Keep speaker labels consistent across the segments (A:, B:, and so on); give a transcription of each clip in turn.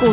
A: 股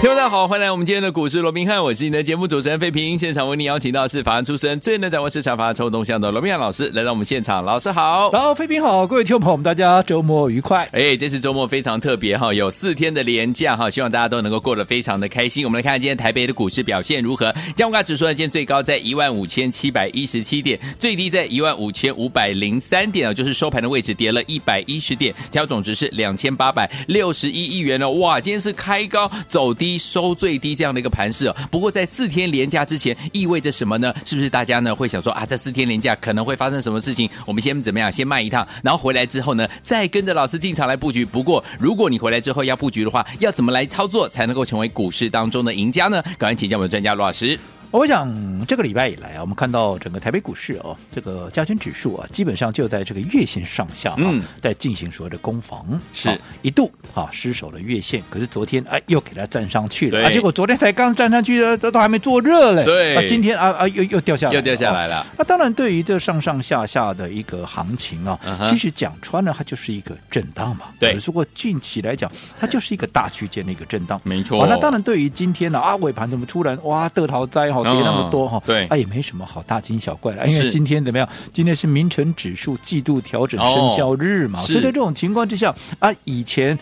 B: 听众大家好，欢迎来我们今天的股市罗宾汉，我是你的节目主持人费平。现场为您邀请到是法案出身、最能掌握市场法案抽动向的罗宾汉老师来到我们现场，老师好。
C: 然后，飞平好，各位听众朋友们，大家周末愉快。
B: 哎，这次周末非常特别哈，有四天的连假哈，希望大家都能够过得非常的开心。我们来看今天台北的股市表现如何？加权指数呢，今天最高在一万五千七百一十七点，最低在一万五千五百零三点啊，就是收盘的位置跌了一百一十点，调总值是两千八百六十一亿元哦。哇，今天是开高哦走低收最低这样的一个盘势哦。不过在四天连假之前，意味着什么呢？是不是大家呢会想说啊，这四天连假可能会发生什么事情？我们先怎么样？先卖一趟，然后回来之后呢，再跟着老师进场来布局。不过如果你回来之后要布局的话，要怎么来操作才能够成为股市当中的赢家呢？赶快请教我们的专家罗老师。
C: 我想这个礼拜以来啊，我们看到整个台北股市哦，这个加权指数啊，基本上就在这个月线上下、啊，
B: 嗯
C: 在进行所谓的攻防，
B: 是
C: 啊一度啊失守了月线，可是昨天哎又给它站上去
B: 对
C: 了，啊，结果昨天才刚站上去的，都都还没做热嘞，
B: 对
C: 啊，今天啊啊又又掉下来了，
B: 又掉下
C: 哦
B: 来了
C: 那当然，对于这上上下下的一个行情啊
B: 嗯，哼
C: 其实讲穿了，它就是一个震荡嘛。
B: 对
C: 如果近期来讲，它就是一个大区间的一个震荡。
B: 没错
C: 好那当然，对于今天呢，啊，尾盘怎么突然哇，得逃灾哈，跌那么多哈
B: 嗯，对
C: 啊，也没什么好大惊小怪的，因
B: 是
C: 为今天怎么样？今天是明晨指数季度调整
B: 哦
C: 生效日嘛，
B: 是
C: 所以在这种情况之下啊，以前。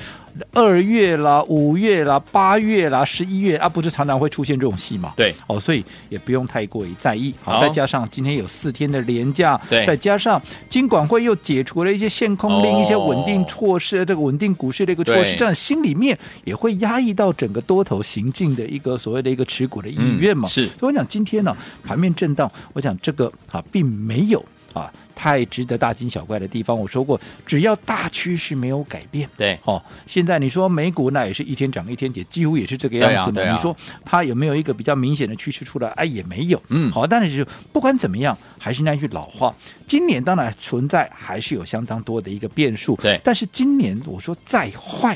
C: 二月啦、五月啦、八月啦、十一月啊，不是常常会出现这种戏嘛？
B: 对
C: 哦，所以也不用太过于在意。
B: 好
C: 再加上今天有四天的连假，
B: 对
C: 再加上金管会又解除了一些限空令、
B: 哦
C: 一些稳定措施，这个稳定股市的一个措施
B: 对，
C: 这样心里面也会压抑到整个多头行进的一个所谓的一个持股的意愿嘛。
B: 嗯是
C: 所以我讲今天呢、盘面震荡，我讲这个啊，并没有啊。太值得大惊小怪的地方，我说过，只要大趋势没有改变，
B: 对
C: 哦，现在你说美股那也是一天涨一天跌，几乎也是这个
B: 对啊
C: 样子嘛。
B: 对啊
C: 你说它有没有一个比较明显的趋势出来？哎，也没有。
B: 嗯
C: 好，但是就不管怎么样，还是那句老话，今年当然存在还是有相当多的一个变数。
B: 对
C: 但是今年我说再坏，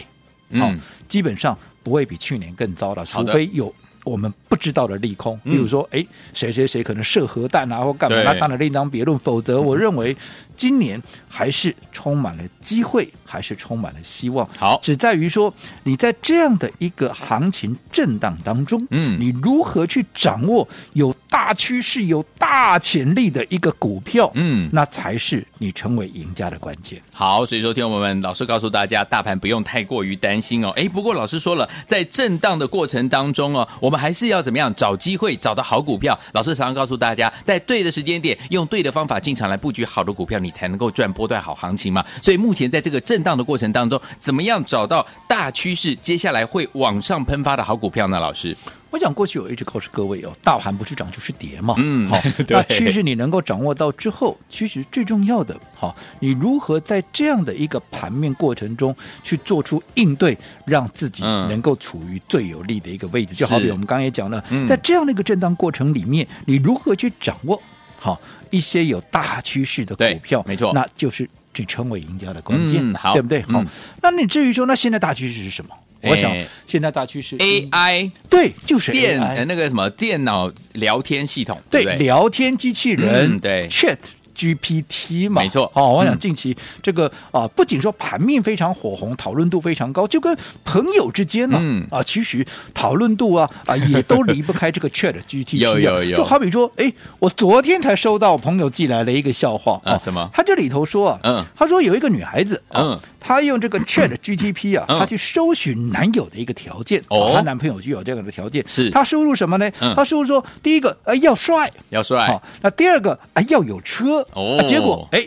B: 嗯
C: 哦基本上不会比去年更糟了，
B: 好
C: 除
B: 的
C: 非有。我们不知道的利空，
B: 嗯
C: 比如说，哎、谁谁谁可能射核弹啊，或干嘛？
B: 对
C: 那当然另当别论。否则，我 认为今年还是充满了机会，还是充满了希望。
B: 好
C: 只在于说你在这样的一个行情震荡当中，
B: 嗯
C: 你如何去掌握有大趋势、有大潜力的一个股票，
B: 嗯
C: 那才是你成为赢家的关键。
B: 好，所以说听我们老师告诉大家，大盘不用太过于担心哦。诶，不过老师说了，在震荡的过程当中哦，我们还是要怎么样找机会，找到好股票。老师常常告诉大家，在对的时间点，用对的方法进场来布局好的股票，你才能够赚波段好行情嘛。所以目前在这个震荡的过程当中，怎么样找到大趋势，接下来会往上喷发的好股票呢？老师，
C: 我想过去我一直告诉各位哦，大盘不是涨就是跌嘛，
B: 嗯，
C: 好
B: 对
C: 那趋势你能够掌握到之后，其实最重要的，好，你如何在这样的一个盘面过程中去做出应对，让自己
B: 嗯
C: 能够处于最有利的一个位置，就是好比我们刚刚也讲了，
B: 嗯
C: 在这样的一个震荡过程里面，你如何去掌握好一些有大趋势的
B: 对
C: 股票，
B: 没错
C: 那就是你成为赢家的关键，
B: 嗯好
C: 对不对？好，
B: 嗯
C: 那你至于说，那现在大趋势是什么？我想
B: 哎
C: 现在大趋势应
B: AI
C: 对，就是
B: 电
C: AI
B: 呃那个什么电脑聊天系统，对
C: 对
B: 不对？
C: 聊天机器人，
B: 嗯对
C: ，Chat。GPT 嘛，
B: 没错
C: 哦，我想
B: 嗯
C: 近期这个啊、不仅说盘面非常火红，讨论度非常高，就跟朋友之间呢、啊，
B: 嗯
C: 其实讨论度啊啊，也都离不开这个 Chat GPT
B: 有
C: 啊、
B: 有有
C: 就好比说，哎，我昨天才收到我朋友寄来了一个笑话
B: 啊什么
C: 他这里头说啊，
B: 嗯
C: 他说有一个女孩子，啊
B: 嗯，
C: 她用 这个 Chat GPT 啊，
B: 嗯
C: 她去搜寻男友的一个条件，
B: 哦
C: 啊她男朋友就有这样的条件，
B: 是
C: 她输入什么呢？
B: 嗯
C: 她输入说，第一个，呃，要帅。
B: 要帅
C: 好，那第二个啊要有车
B: 哦
C: 啊结果哎。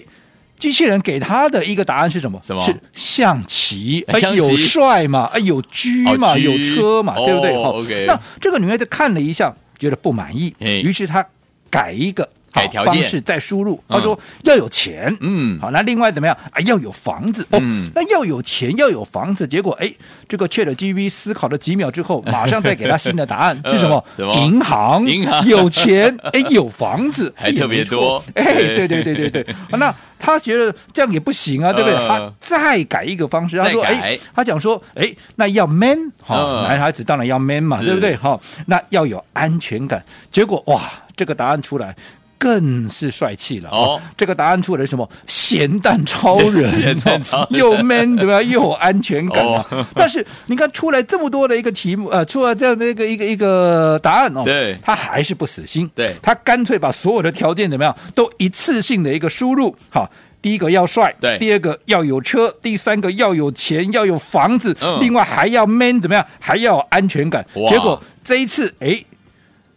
C: 机器人给他的一个答案是什么？
B: 什么
C: 是象棋，哎
B: 象棋
C: 有帅嘛，哎，有车嘛，
B: 哦车
C: 有车嘛，
B: 哦
C: 对不对？
B: OK
C: 那这个女孩子看了一下，觉得不满意，
B: 嘿
C: 于是她改一个好
B: 改条
C: 方
B: 件
C: 式再输入。
B: 嗯
C: 他说要有钱，
B: 嗯
C: 好，那另外怎么样啊？要有房子，哦
B: 嗯，
C: 那要有钱，要有房子，结果哎，这个 Chat GPT 思考了几秒之后，马上再给他新的答 案
B: 呃
C: 是什么
B: 什么？
C: 银行，
B: 银行
C: 有钱，哎，有房子，
B: 还特别多
C: 哎
B: 对
C: 也没错，哎，对对对对对，啊那他觉得这样也不 行啊，对不对？
B: 呃
C: 他再改一个方式，他说
B: 再改
C: 哎，他讲说哎，那要 man
B: 嗯
C: 好，男孩子当然要 man 嘛，
B: 是
C: 对不对？好，那要有安全感。结果哇，这个答案出来。更是帅气了
B: 哦
C: 这个答案出来是什么？咸蛋超人 哦，
B: 咸蛋超人
C: 又 man 对吧？又有安全感、啊。
B: 哦
C: 但是你看出来这么多的一个题目，呃，出来这样的一个一个一个答案哦，
B: 对
C: 他还是不死心，
B: 对
C: 他干脆把所有的条件怎么样，都一次性的一个输入，好。第一个要帅，
B: 对
C: 第二个要有车，第三个要有钱，要有房子，
B: 嗯
C: 另外还要 man 怎么样，还要有安全感。
B: 哇
C: 结果这一次，哎，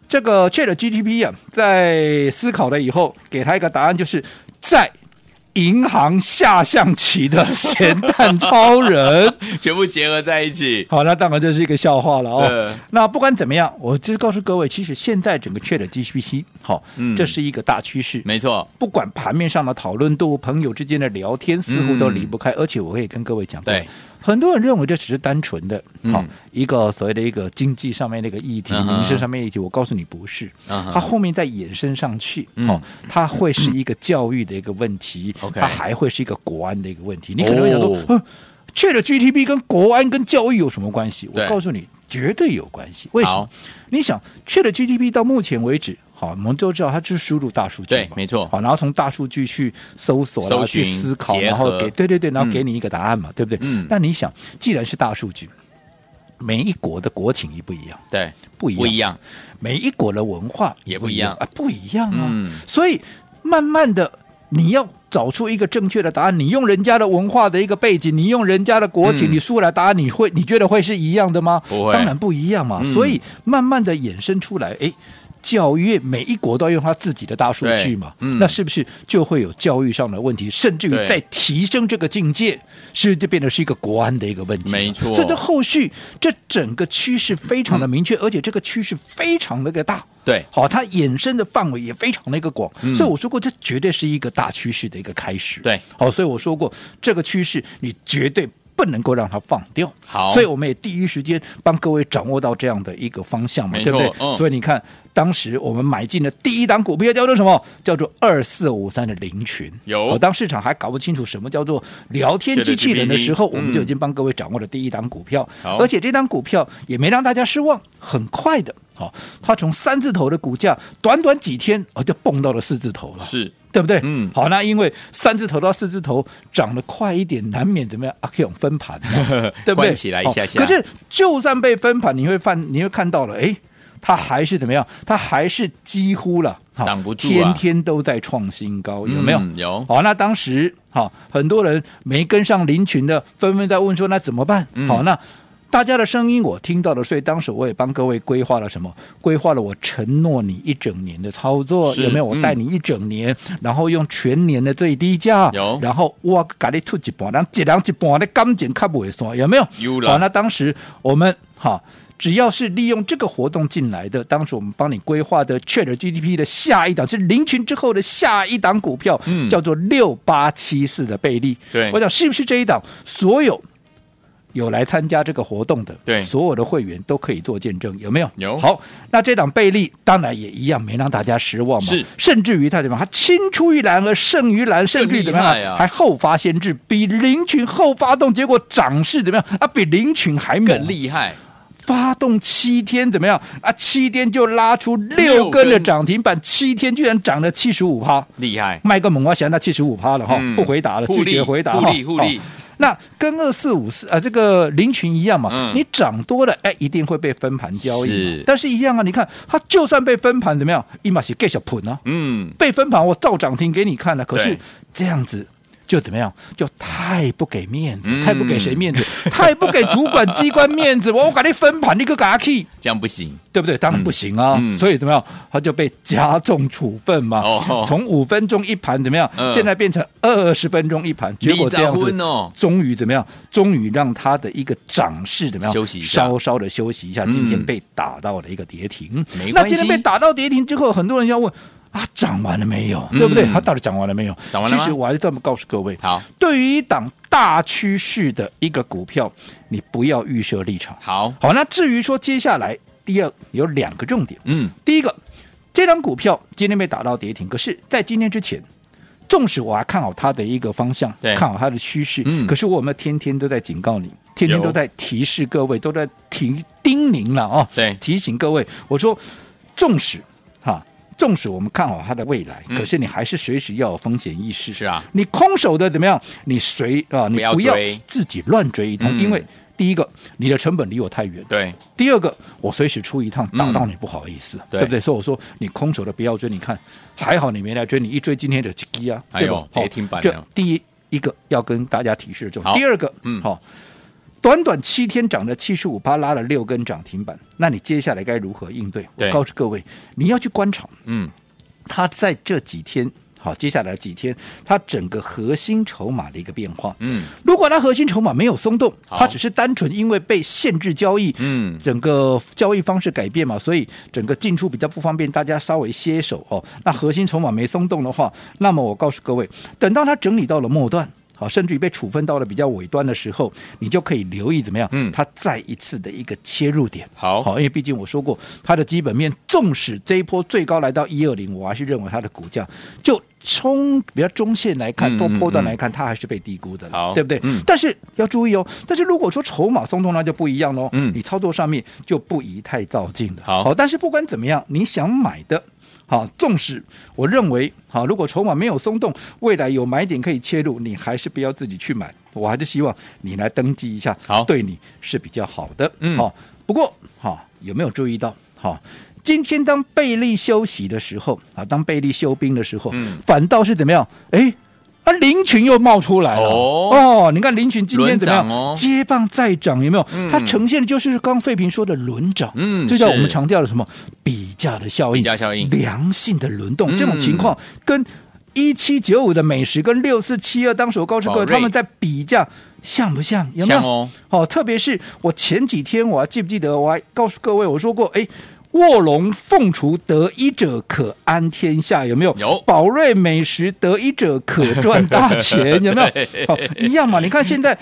C: 这个 Chat GTP 啊，在思考了以后，给他一个答案，就是在银行下象棋的咸蛋超 人。
B: 全部结合在一起。
C: 好，那当然这是一个笑话了
B: 对
C: 哦。那不管怎么样，我就是告诉各位，其实现在整个 Chat GPT 好，
B: 嗯
C: 这是一个大趋势。
B: 没错，
C: 不管盘面上的讨论度、朋友之间的聊天，似乎都离不开。而且我可以跟各位讲，
B: 对，
C: 很多人认为这只是单纯的，
B: 嗯
C: 好、一个所谓的一个经济上面的一个议题、
B: 嗯哼
C: 民生上面的议题。我告诉你，不是，
B: 嗯哼
C: 它后面再衍生上去，
B: 嗯
C: 哦，它会是一个教育的一个问题，
B: OK
C: 它还会是一个国安的一个问题。你可能会想说
B: 哦，
C: 嗯、确了 GTP 跟国安跟教育有什么关系？
B: 对
C: 我告诉你，绝对有关系。为什
B: 好
C: 么？你想，确了 GTP 到目前为止。好，我们都知道它就是输入大数据
B: 对
C: 嘛
B: 没错
C: 好，然后从大数据去搜索，然
B: 搜
C: 后
B: 寻
C: 去思考，
B: 结合
C: 然后给对对对，然后
B: 嗯
C: 给你一个答案嘛，对不对？
B: 嗯
C: 那你想，既然是大数据，每一国的国情一不一样，
B: 对，
C: 不一样
B: 不一样，
C: 每一国的文化
B: 也不
C: 不
B: 一
C: 一
B: 样
C: 啊，不一样啊。
B: 嗯
C: 所以慢慢的，你要找出一个正确的答案。你用人家的文化的一个背景，你用人家的国情，
B: 嗯
C: 你出来答案，你会你觉得会是一样的吗？
B: 不会
C: 当然不一样嘛。
B: 嗯
C: 所以慢慢的衍生出来，哎。教育每一国都要用他自己的大数据嘛，
B: 对嗯
C: 那是不是就会有教育上的问题，甚至于
B: 对
C: 在提升这个境界，是不是就变得是一个国安的一个问题了？
B: 没错
C: 所以这后续这整个趋势非常的明确，而且这个趋势非常的个大。
B: 对，
C: 好，它衍生的范围也非常的一个广，
B: 嗯
C: 所以我说过，这绝对是一个大趋势的一个开始。
B: 对，
C: 好，所以我说过，这个趋势你绝对。不能够让它放掉，
B: 好
C: 所以我们也第一时间帮各位掌握到这样的一个方向嘛，
B: 没
C: 对不对
B: 错？嗯
C: 所以你看，当时我们买进的第一档股票叫做什么？叫做二四五三的林群。
B: 有
C: 好当市场还搞不清楚什么叫做聊天机器人的时候，我们就已经帮各位掌握了第一档股票，
B: 嗯好
C: 而且这档股票也没让大家失望，很快的，好、它从三字头的股价，短短几天哦就蹦到了四字头了，
B: 是
C: 对不对？
B: 嗯
C: 好，那因为三字头到四字头涨得快一点，难免怎么样？阿 Q 分盘 嘛，对不对？哦
B: 关起来一下下
C: 可是就算被分盘，你会犯，你会看到了，哎。它还是怎么样？它还是几乎了，好
B: 挡不住啊
C: 天天都在创新高，有没有？
B: 嗯有
C: 好，那当时好，很多人没跟上林群的，纷纷在问说，那怎么办？
B: 嗯
C: 好，那大家的声音我听到了，所以当时我也帮各位规划了什么？规划了我承诺你一整年的操作，
B: 是
C: 有没有？我带
B: 嗯
C: 你一整年，然后用全年的最低价，
B: 有
C: 然后我给你吐一半，然后一人一半的感情较不会算，有没有？
B: 有啦
C: 好，那当时我们哈。只要是利用这个活动进来的，当时我们帮你规划的 Chat GDP 的下一档是零群之后的下一档股票，
B: 嗯
C: 叫做六八七四的贝利。
B: 对
C: 我想是不是这一档所有有来参加这个活动的，
B: 对
C: 所有的会员都可以做见证，有没有？
B: 有
C: 好，那这档贝利当然也一样没让大家失望嘛，
B: 是
C: 甚至于他怎么样，他青出于蓝而胜于蓝，甚至于怎么
B: 更厉害
C: 样、
B: 啊
C: 还后发先至，比林群后发动，结果涨势怎么样啊？比林群还猛
B: 更厉害，
C: 发动七天怎么样啊？七天就拉出六根
B: 六
C: 的
B: 根
C: 涨停板，七天居然涨了七十五趴。
B: 厉害，
C: 麦克猛蛙想到七十五趴了哈
B: 嗯，
C: 不回答了，
B: 互
C: 拒
B: 利
C: 绝回答
B: 互
C: 哈
B: 利互利
C: 哦那跟二四五四啊，这个林群一样嘛，
B: 嗯
C: 你涨多了，哎，一定会被分盘交易
B: 是
C: 嘛。但是一样啊，你看它就算被分盘怎么样，一码是 get 小盆啊，
B: 嗯，
C: 被分盘我照涨停给你看了，可是
B: 对
C: 这样子。就怎么样，就太不给面子，
B: 嗯
C: 太不给谁面子，太不给主管机关面子。我我给你分盘，你个嘎 key。
B: 这样不行，
C: 对不对？当然不行啊！
B: 嗯嗯
C: 所以怎么样，他就被加重处分嘛。
B: 哦
C: 从五分钟一盘怎么样，
B: 嗯
C: 现在变成二十分钟一盘，结果这样
B: 你早
C: 子
B: 昏，哦
C: 终于怎么样？终于让他的一个涨势怎么样？
B: 休息一下
C: 稍稍的休息一下。
B: 嗯
C: 今天被打到了一个跌停，
B: 没关系
C: 那今天被打到跌停之后，很多人要问。啊，涨完了没有？对不对？
B: 嗯
C: 它到底涨完了没有？
B: 涨完了吗
C: 其实我还是这么告诉各位，
B: 好，
C: 对于一档大趋势的一个股票，你不要预设立场。
B: 好，
C: 好，那至于说接下来第二有两个重点，
B: 嗯，
C: 第一个，这张股票今天被打到跌停，可是，在今天之前，纵使我还啊看好它的一个方向
B: 对，
C: 看好它的趋势，
B: 嗯
C: 可是我们天天都在警告你，天天
B: 有
C: 都在提示各位，都在提叮咛了哦，
B: 对
C: 提醒各位，我说，纵使哈、纵使我们看好它的未来，
B: 嗯
C: 可是你还是随时要有风险意识。
B: 是啊，
C: 你空手的怎么样？你随啊，你
B: 不要
C: 不要
B: 追
C: 自己乱追一通，
B: 嗯
C: 因为第一个，你的成本离我太远，
B: 对，
C: 第二个，我随时出一趟，打
B: 嗯
C: 到你不好意思，
B: 对
C: 对不对？所以我说你空手的不要追，你看还好你没来追，你一追今天的几滴啊，
B: 哎呦
C: 对吧？好
B: 跌停板了
C: 这第一一个要跟大家提示的重点
B: 好
C: 第二个，
B: 嗯
C: 好、短短七天涨了七十五趴，拉了六根涨停板，那你接下来该如何应对？我
B: 对
C: 告诉各位，你要去观察
B: 嗯，
C: 它在这几天。好，接下来几天，它整个核心筹码的一个变化。
B: 嗯，
C: 如果它核心筹码没有松动，
B: 好
C: 它只是单纯因为被限制交易，
B: 嗯
C: 整个交易方式改变嘛，所以整个进出比较不方便，大家稍微歇手哦。那核心筹码没松动的话，那么我告诉各位，等到它整理到了末段。好，甚至于被处分到了比较尾端的时候，你就可以留意怎么样？
B: 嗯
C: 它再一次的一个切入点。
B: 好
C: 好，因为毕竟我说过，它的基本面，纵使这一波最高来到一二零，我还是认为它的股价就冲比较中线来
B: 嗯
C: 看，多
B: 嗯
C: 波
B: 嗯
C: 段来看，它还是被低估的了，
B: 好
C: 对不对？
B: 嗯
C: 但是要注意哦，但是如果说筹码松动，那就不一样喽。
B: 嗯
C: 你操作上面就不宜太照进了。
B: 好
C: 但是不管怎么样，你想买的。好，纵使我认为，好，如果筹码没有松动，未来有买点可以切入，你还是不要自己去买。我还是希望你来登记一下，
B: 好
C: 对你是比较好的。
B: 嗯
C: 好、不过好、有没有注意到？好、今天当贝利休息的时候啊，当贝利休兵的时候，
B: 嗯
C: 反倒是怎么样？哎，啊，林群又冒出来了。
B: 哦
C: 你看林群今天怎么样？
B: 轮涨哦
C: 接棒再涨，有没有？
B: 嗯
C: 它呈现的就是刚刚费平说的轮涨，
B: 嗯
C: 这叫
B: 是
C: 我们强调的什么比价的效
B: 比
C: 应？
B: 价效应
C: 良性的轮动，
B: 嗯
C: 这种情况跟一七九五的美食跟六四七二当时我告诉各
B: 宝
C: 位，
B: 瑞
C: 他们在比价像不像？有没有？
B: 像哦
C: 哦，特别是我前几天我还记不记得，我还告诉各位我说过，哎。卧龙凤雏，得一者可安天下，有没有？
B: 有
C: 宝瑞美食，得一者可赚大钱， 有没有？好、一样嘛。你看现在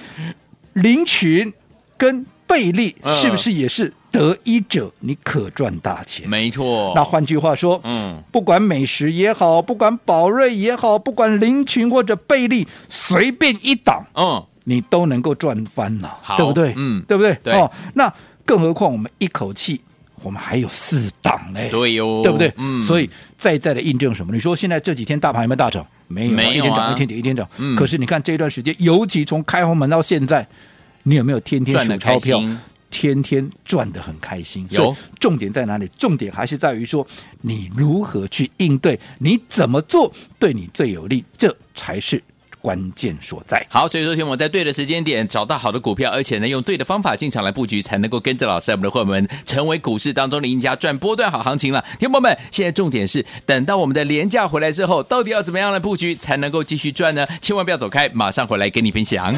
C: 林群跟贝利
B: 嗯
C: 是不是也是得一者你可赚大钱？
B: 没错，
C: 那换句话说，
B: 嗯，
C: 不管美食也好，不管宝瑞也好，不管林群或者贝利，随便一档
B: 嗯，
C: 你都能够赚翻了
B: 好，
C: 对不对？
B: 嗯
C: 对不对？
B: 对
C: 哦，那更何况我们一口气，我们还有四档嘞，
B: 对哟，
C: 对不对？
B: 嗯，
C: 所以再再的印证什么？你说现在这几天大盘有没有大涨？没有啊，
B: 没
C: 一
B: 有啊
C: 天涨一天跌一天涨。
B: 嗯
C: 可是你看这一段时间，尤其从开红门到现在，你有没有天天
B: 赚
C: 数
B: 得开
C: 钞票
B: 心？
C: 天天赚得很开心，
B: 有
C: 所以重点在哪里？重点还是在于说你如何去应对，你怎么做对你最有利，这才是关键所在。
B: 好，所以说，请我们在对的时间点找到好的股票，而且呢，用对的方法进场来布局，才能够跟着老师我们的伙伴们成为股市当中的赢家，赚波段好行情了。听众朋友们，现在重点是等到我们的廉价回来之后，到底要怎么样来布局才能够继续赚呢？千万不要走开，马上回来跟你分享。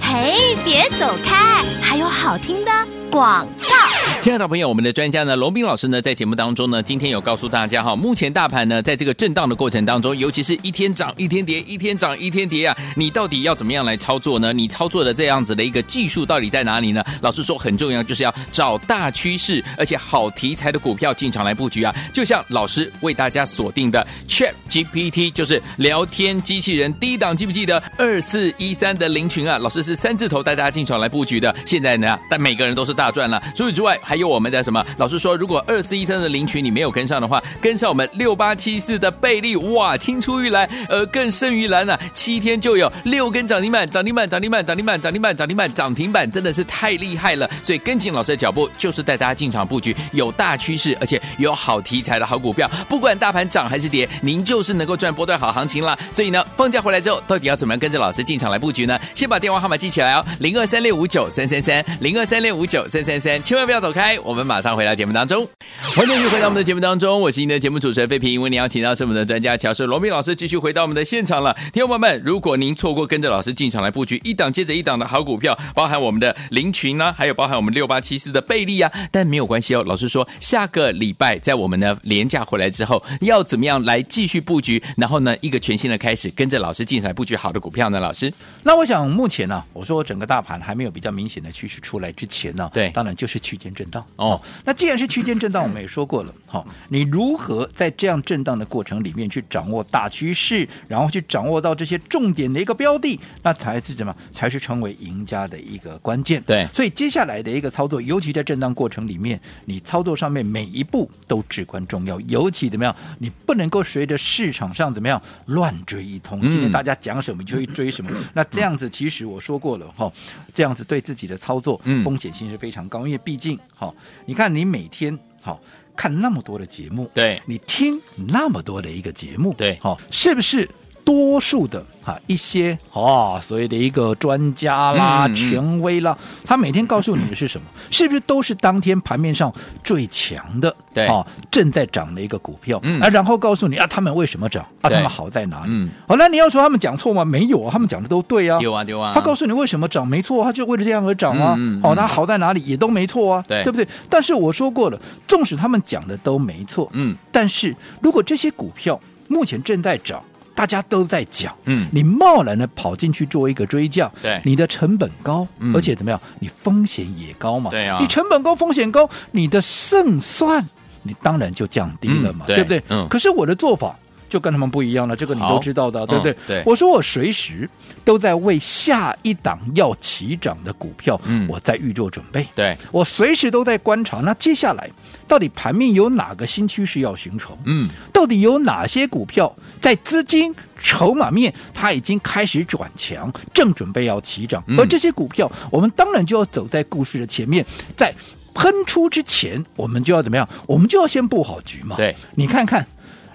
A: 嘿，别走开，还有好听的广告。
B: 亲爱的朋友，我们的专家呢，龙斌老师呢，在节目当中呢，今天有告诉大家哈，目前大盘呢，在这个震荡的过程当中，尤其是一天涨一天跌，一天涨一天跌啊，你到底要怎么样来操作呢？你操作的这样子的一个技术到底在哪里呢？老师说很重要，就是要找大趋势，而且好题材的股票进场来布局啊。就像老师为大家锁定的 Chat GPT，就是聊天机器人第一档，记不记得二四一三的林群啊？老师是三字头带大家进场来布局的，现在呢，但每个人都是大赚了。除此之外，还有我们的什么？老师说，如果二四一三的林群你没有跟上的话，跟上我们六八七四的贝利，哇，青出于蓝而更胜于蓝啊！七天就有六根涨停板，涨停板，涨停板，涨停板，涨停板，涨停板，涨停板，真的是太厉害了。所以跟紧老师的脚步，就是带大家进场布局有大趋势，而且有好题材的好股票，不管大盘涨还是跌，您就是能够赚波段好行情啦。所以呢，放假回来之后，到底要怎么样跟着老师进场来布 局呢？先把电话号码记起来哦，零二三六五九三三三，零二三六五九三三三，千万不要走开。开，我们马上回到节目当中。欢迎继续回到我们的节目当中，我是您的节目主持人费平，为您邀请到是我们的专家乔氏罗密老师，继续回到我们的现场了。听众朋友们，如果您错过跟着老师进场来布局一档接着一档的好股票，包含我们的林群啊，还有包含我们六八七四的贝利啊，但没有关系哦。老师说，下个礼拜在我们的廉价回来之后，要怎么样来继续布局，然后呢，一个全新的开始，跟着老师进场来布局好的股票呢？老师，
C: 那我想目前呢、我说整个大盘还没有比较明显的趋势出来之前呢、
B: 对
C: 当然就是区间震荡
B: 哦
C: 那既然是区间震荡，我们也说过了，好、你如何在这样震荡的过程里面去掌握大趋势，然后去掌握到这些重点的一个标的，那才是什么？才是成为赢家的一个关键。
B: 对
C: 所以接下来的一个操作，尤其在震荡过程里面，你操作上面每一步都至关重要，尤其怎么样，你不能够随着市场上怎么样乱追一通。今天
B: 嗯
C: 大家讲什么你就去追什么，那这样子其实我说过了哈、这样子对自己的操作
B: 嗯
C: 风险性是非常高，因为毕竟哈、你看你每天好、看那么多的节目，
B: 对
C: 你听那么多的一个节目，
B: 对
C: 好、是不是？多数的啊一些哦，所谓的一个专家啦、
B: 嗯嗯嗯
C: 权威啦，他每天告诉你的 是什么？是不是都是当天盘面上最强的？
B: 对
C: 哦，正在涨的一个股票，
B: 嗯
C: 啊，然后告诉你啊，他们为什么涨？啊，
B: 对
C: 他们好在哪里？
B: 嗯
C: 好，那你要说他们讲错吗？没有啊，他们讲的都对啊。
B: 丢啊丢啊，
C: 他告诉你为什么涨，没错，他就为了这样而涨啊。
B: 嗯嗯嗯
C: 哦，那好在哪里也都没错啊，
B: 对
C: 不对？但是我说过了，纵使他们讲的都没错，
B: 嗯
C: 但是如果这些股票目前正在涨，大家都在讲，
B: 嗯
C: 你贸然的跑进去做一个追价，
B: 对
C: 你的成本高，
B: 嗯
C: 而且怎么样，你风险也高嘛，
B: 对啊
C: 你成本高，风险高，你的胜算你当然就降低了嘛，
B: 嗯对
C: 不对？
B: 嗯
C: 可是我的做法。就跟他们不一样了，这个你
B: 好
C: 都知道的，对不对？
B: 嗯对
C: 我说我随时都在为下一档要起涨的股票，
B: 嗯
C: 我在预做准备。
B: 对，
C: 我随时都在观察，那接下来到底盘面有哪个新趋势要形成？
B: 嗯
C: 到底有哪些股票在资金筹码面它已经开始转强，正准备要起涨？
B: 嗯
C: 而这些股票，我们当然就要走在故事的前面，在喷出之前，我们就要怎么样？我们就要先布好局嘛。
B: 对，
C: 你看看。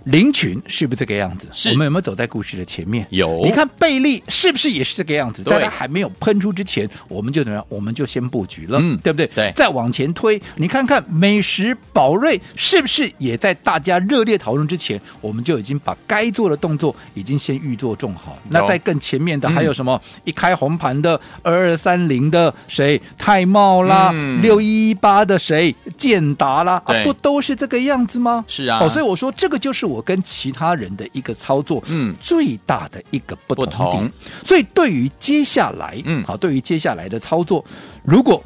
C: 林群是不是这个样子？
B: 是
C: 我们有没有走在故事的前面？
B: 有
C: 你看贝利是不是也是这个样子？
B: 对
C: 在它还没有喷出之前，我们就怎么样？我们就先布局了，
B: 嗯
C: 对不对？
B: 对
C: 再往前推，你看看美食宝瑞是不是也在大家热烈讨论之前，我们就已经把该做的动作已经先预做重好。那在更前面的
B: 嗯
C: 还有什么？一开红盘的二二三零的谁泰茂啦，
B: 嗯
C: 六一一八的谁建达啦、啊
B: 对，
C: 不都是这个样子吗？
B: 是啊
C: 哦，所以我说这个就是我跟其他人的一个操作，
B: 嗯
C: 最大的一个不同
B: 不同
C: 点所以对于接下来，
B: 嗯
C: 好，对于接下来的操作，如果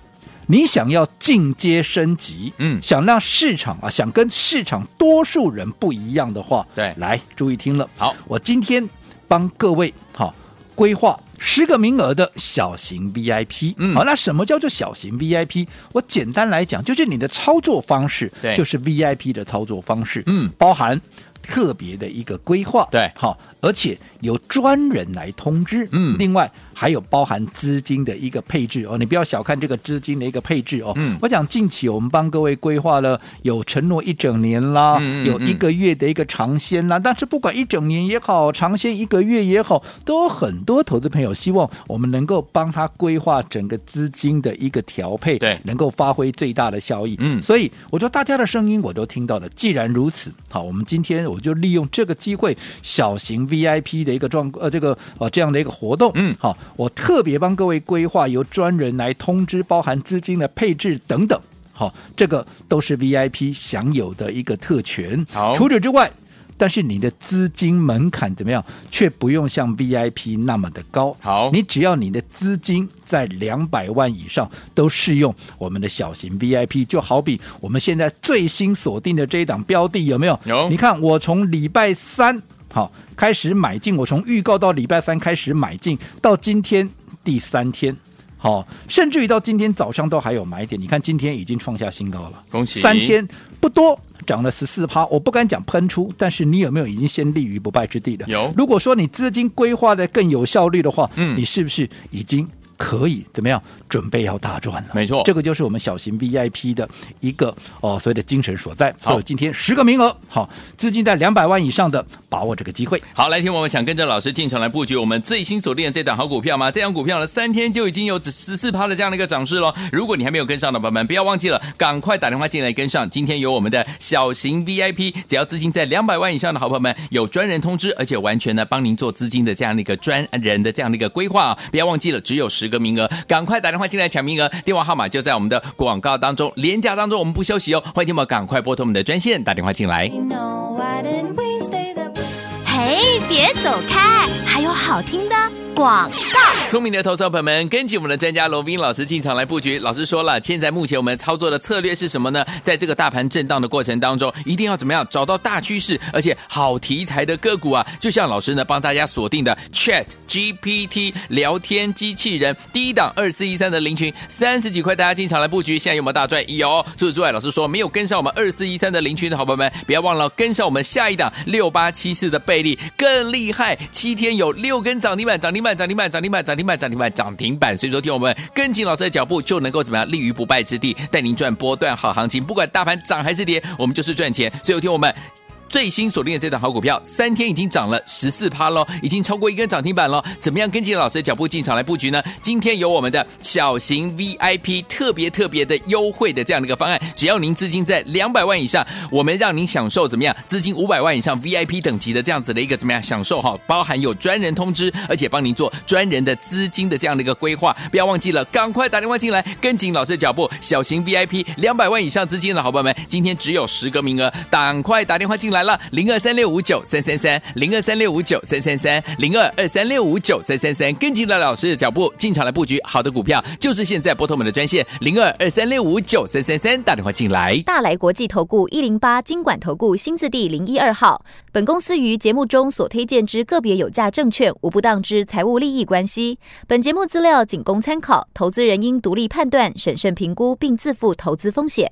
C: 你想要进阶升级，
B: 嗯
C: 想让市场啊，想跟市场多数人不一样的话，
B: 对
C: 来注意听了。
B: 好，
C: 我今天帮各位好规划十个名额的小型 VIP。
B: 嗯
C: 好，那什么叫做小型 VIP？我简单来讲，就是你的操作方式，
B: 对
C: 就是 VIP 的操作方式，
B: 嗯，
C: 包含。特别的一个规划，
B: 对
C: 好，而且由专人来通知，
B: 嗯
C: 另外还有包含资金的一个配置哦，你不要小看这个资金的一个配置哦，
B: 嗯
C: 我讲近期我们帮各位规划了有承诺一整年啦，
B: 嗯嗯
C: 有一
B: 嗯
C: 个。一个月的一个尝鲜啦。但是不管一整年也好，尝鲜一个月也好，都有很多投资朋友希望我们能够帮他规划整个资金的一个调配，
B: 对
C: 能够发挥最大的效益。
B: 嗯
C: 所以我说大家的声音我都听到了。既然如此，好，我们今天我就利用这个机会，小型 VIP 的一个状呃这个呃这样的一个活动，
B: 嗯
C: 好，我特别帮各位规划由专人来通知，包含资金的配置等等。好，这个都是 VIP 享有的一个特权。
B: 好
C: 除此之外，但是你的资金门槛怎么样，却不用像 VIP 那么的高。
B: 好
C: 你只要你的资金在两百万以上，都适用我们的小型 VIP。就好比我们现在最新锁定的这一档标的，有没有？
B: 有
C: 你看，我从礼拜三好开始买进，我从预告到礼拜三开始买进，到今天第三天。好，甚至于到今天早上都还有买点，你看今天已经创下新高了，
B: 恭喜
C: 三天不多。涨了十四趴，我不敢讲喷出，但是你有没有已经先立于不败之地了？
B: 有
C: 如果说你资金规划的更有效率的话，
B: 嗯
C: 你是不是已经可以怎么样准备要大赚了。
B: 没错
C: 这个就是我们小型 VIP 的一个哦所谓的精神所在。
B: 好
C: 所以今天十个名额，好，资金在两百万以上的，把握这个机会。
B: 好，来听我们想跟着老师进场来布局我们最新锁定的这档好股票吗？这档股票呢，三天就已经有十四趴的这样的一个涨势喽。如果你还没有跟上的朋友们，不要忘记了，赶快打电话进来跟上。今天有我们的小型 VIP，只要资金在两百万以上的好朋友们，有专人通知，而且完全呢帮您做资金的这样的一个专人的这样的一个规划啊！不要忘记了，只有十个名额，赶快打电话进来抢名额，电话号码就在我们的广告当中，廉价当中我们不休息哦，欢迎你们赶快拨通我们的专线打电话进来。
D: You know why didn't we stay that way?
A: 嘿，别走开，还有好听的广。
B: 聪明的投资者朋友们，跟紧我们的专家罗斌老师进场来布局。老师说了，现在目前我们操作的策略是什么呢？在这个大盘震荡的过程当中，一定要怎么样找到大趋势，而且好题材的个股啊，就像老师呢帮大家锁定的 Chat GPT 聊天机器人第一档二四一三的零群三十几块，大家进场来布局，现在有没有大赚？有。除此之外，老师说没有跟上我们二四一三的零群的好朋友们，不要忘了跟上我们下一档六八七四的贝利，更厉害，七天有六根涨停板，涨停板，涨停板，涨停板，涨停板，涨停板，涨停板。所以说，听我们跟紧老师的脚步，就能够怎么样立于不败之地，带您赚波段好行情。不管大盘涨还是跌，我们就是赚钱。所以，听我们。最新锁定的这档好股票，三天已经涨了十四趴喽，已经超过一根涨停板喽。怎么样跟紧老师的脚步进场来布局呢？今天有我们的小型 VIP 特别特别的优惠的这样的一个方案，只要您资金在两百万以上，我们让您享受怎么样？资金五百万以上 VIP 等级的这样子的一个怎么样享受哈？包含有专人通知，而且帮您做专人的资金的这样的一个规划。不要忘记了，赶快打电话进来，跟紧老师的脚步。小型 VIP 两百万以上资金的好朋友们，今天只有十个名额，赶快打电话进来了，零二三六五九三三三，零二三六五九三三三，零二二三六五九三三三，跟紧了老师的脚步，进场来布局好的股票，就是现在拨通我们的专线零二二三六五九三三三，打电话进来。
E: 大来国际投顾一零八金管投顾新字第零一二号。本公司于节目中所推荐之个别有价证券，无不当之财务利益关系。本节目资料仅供参考，投资人应独立判断、审慎评估，并自负投资风险。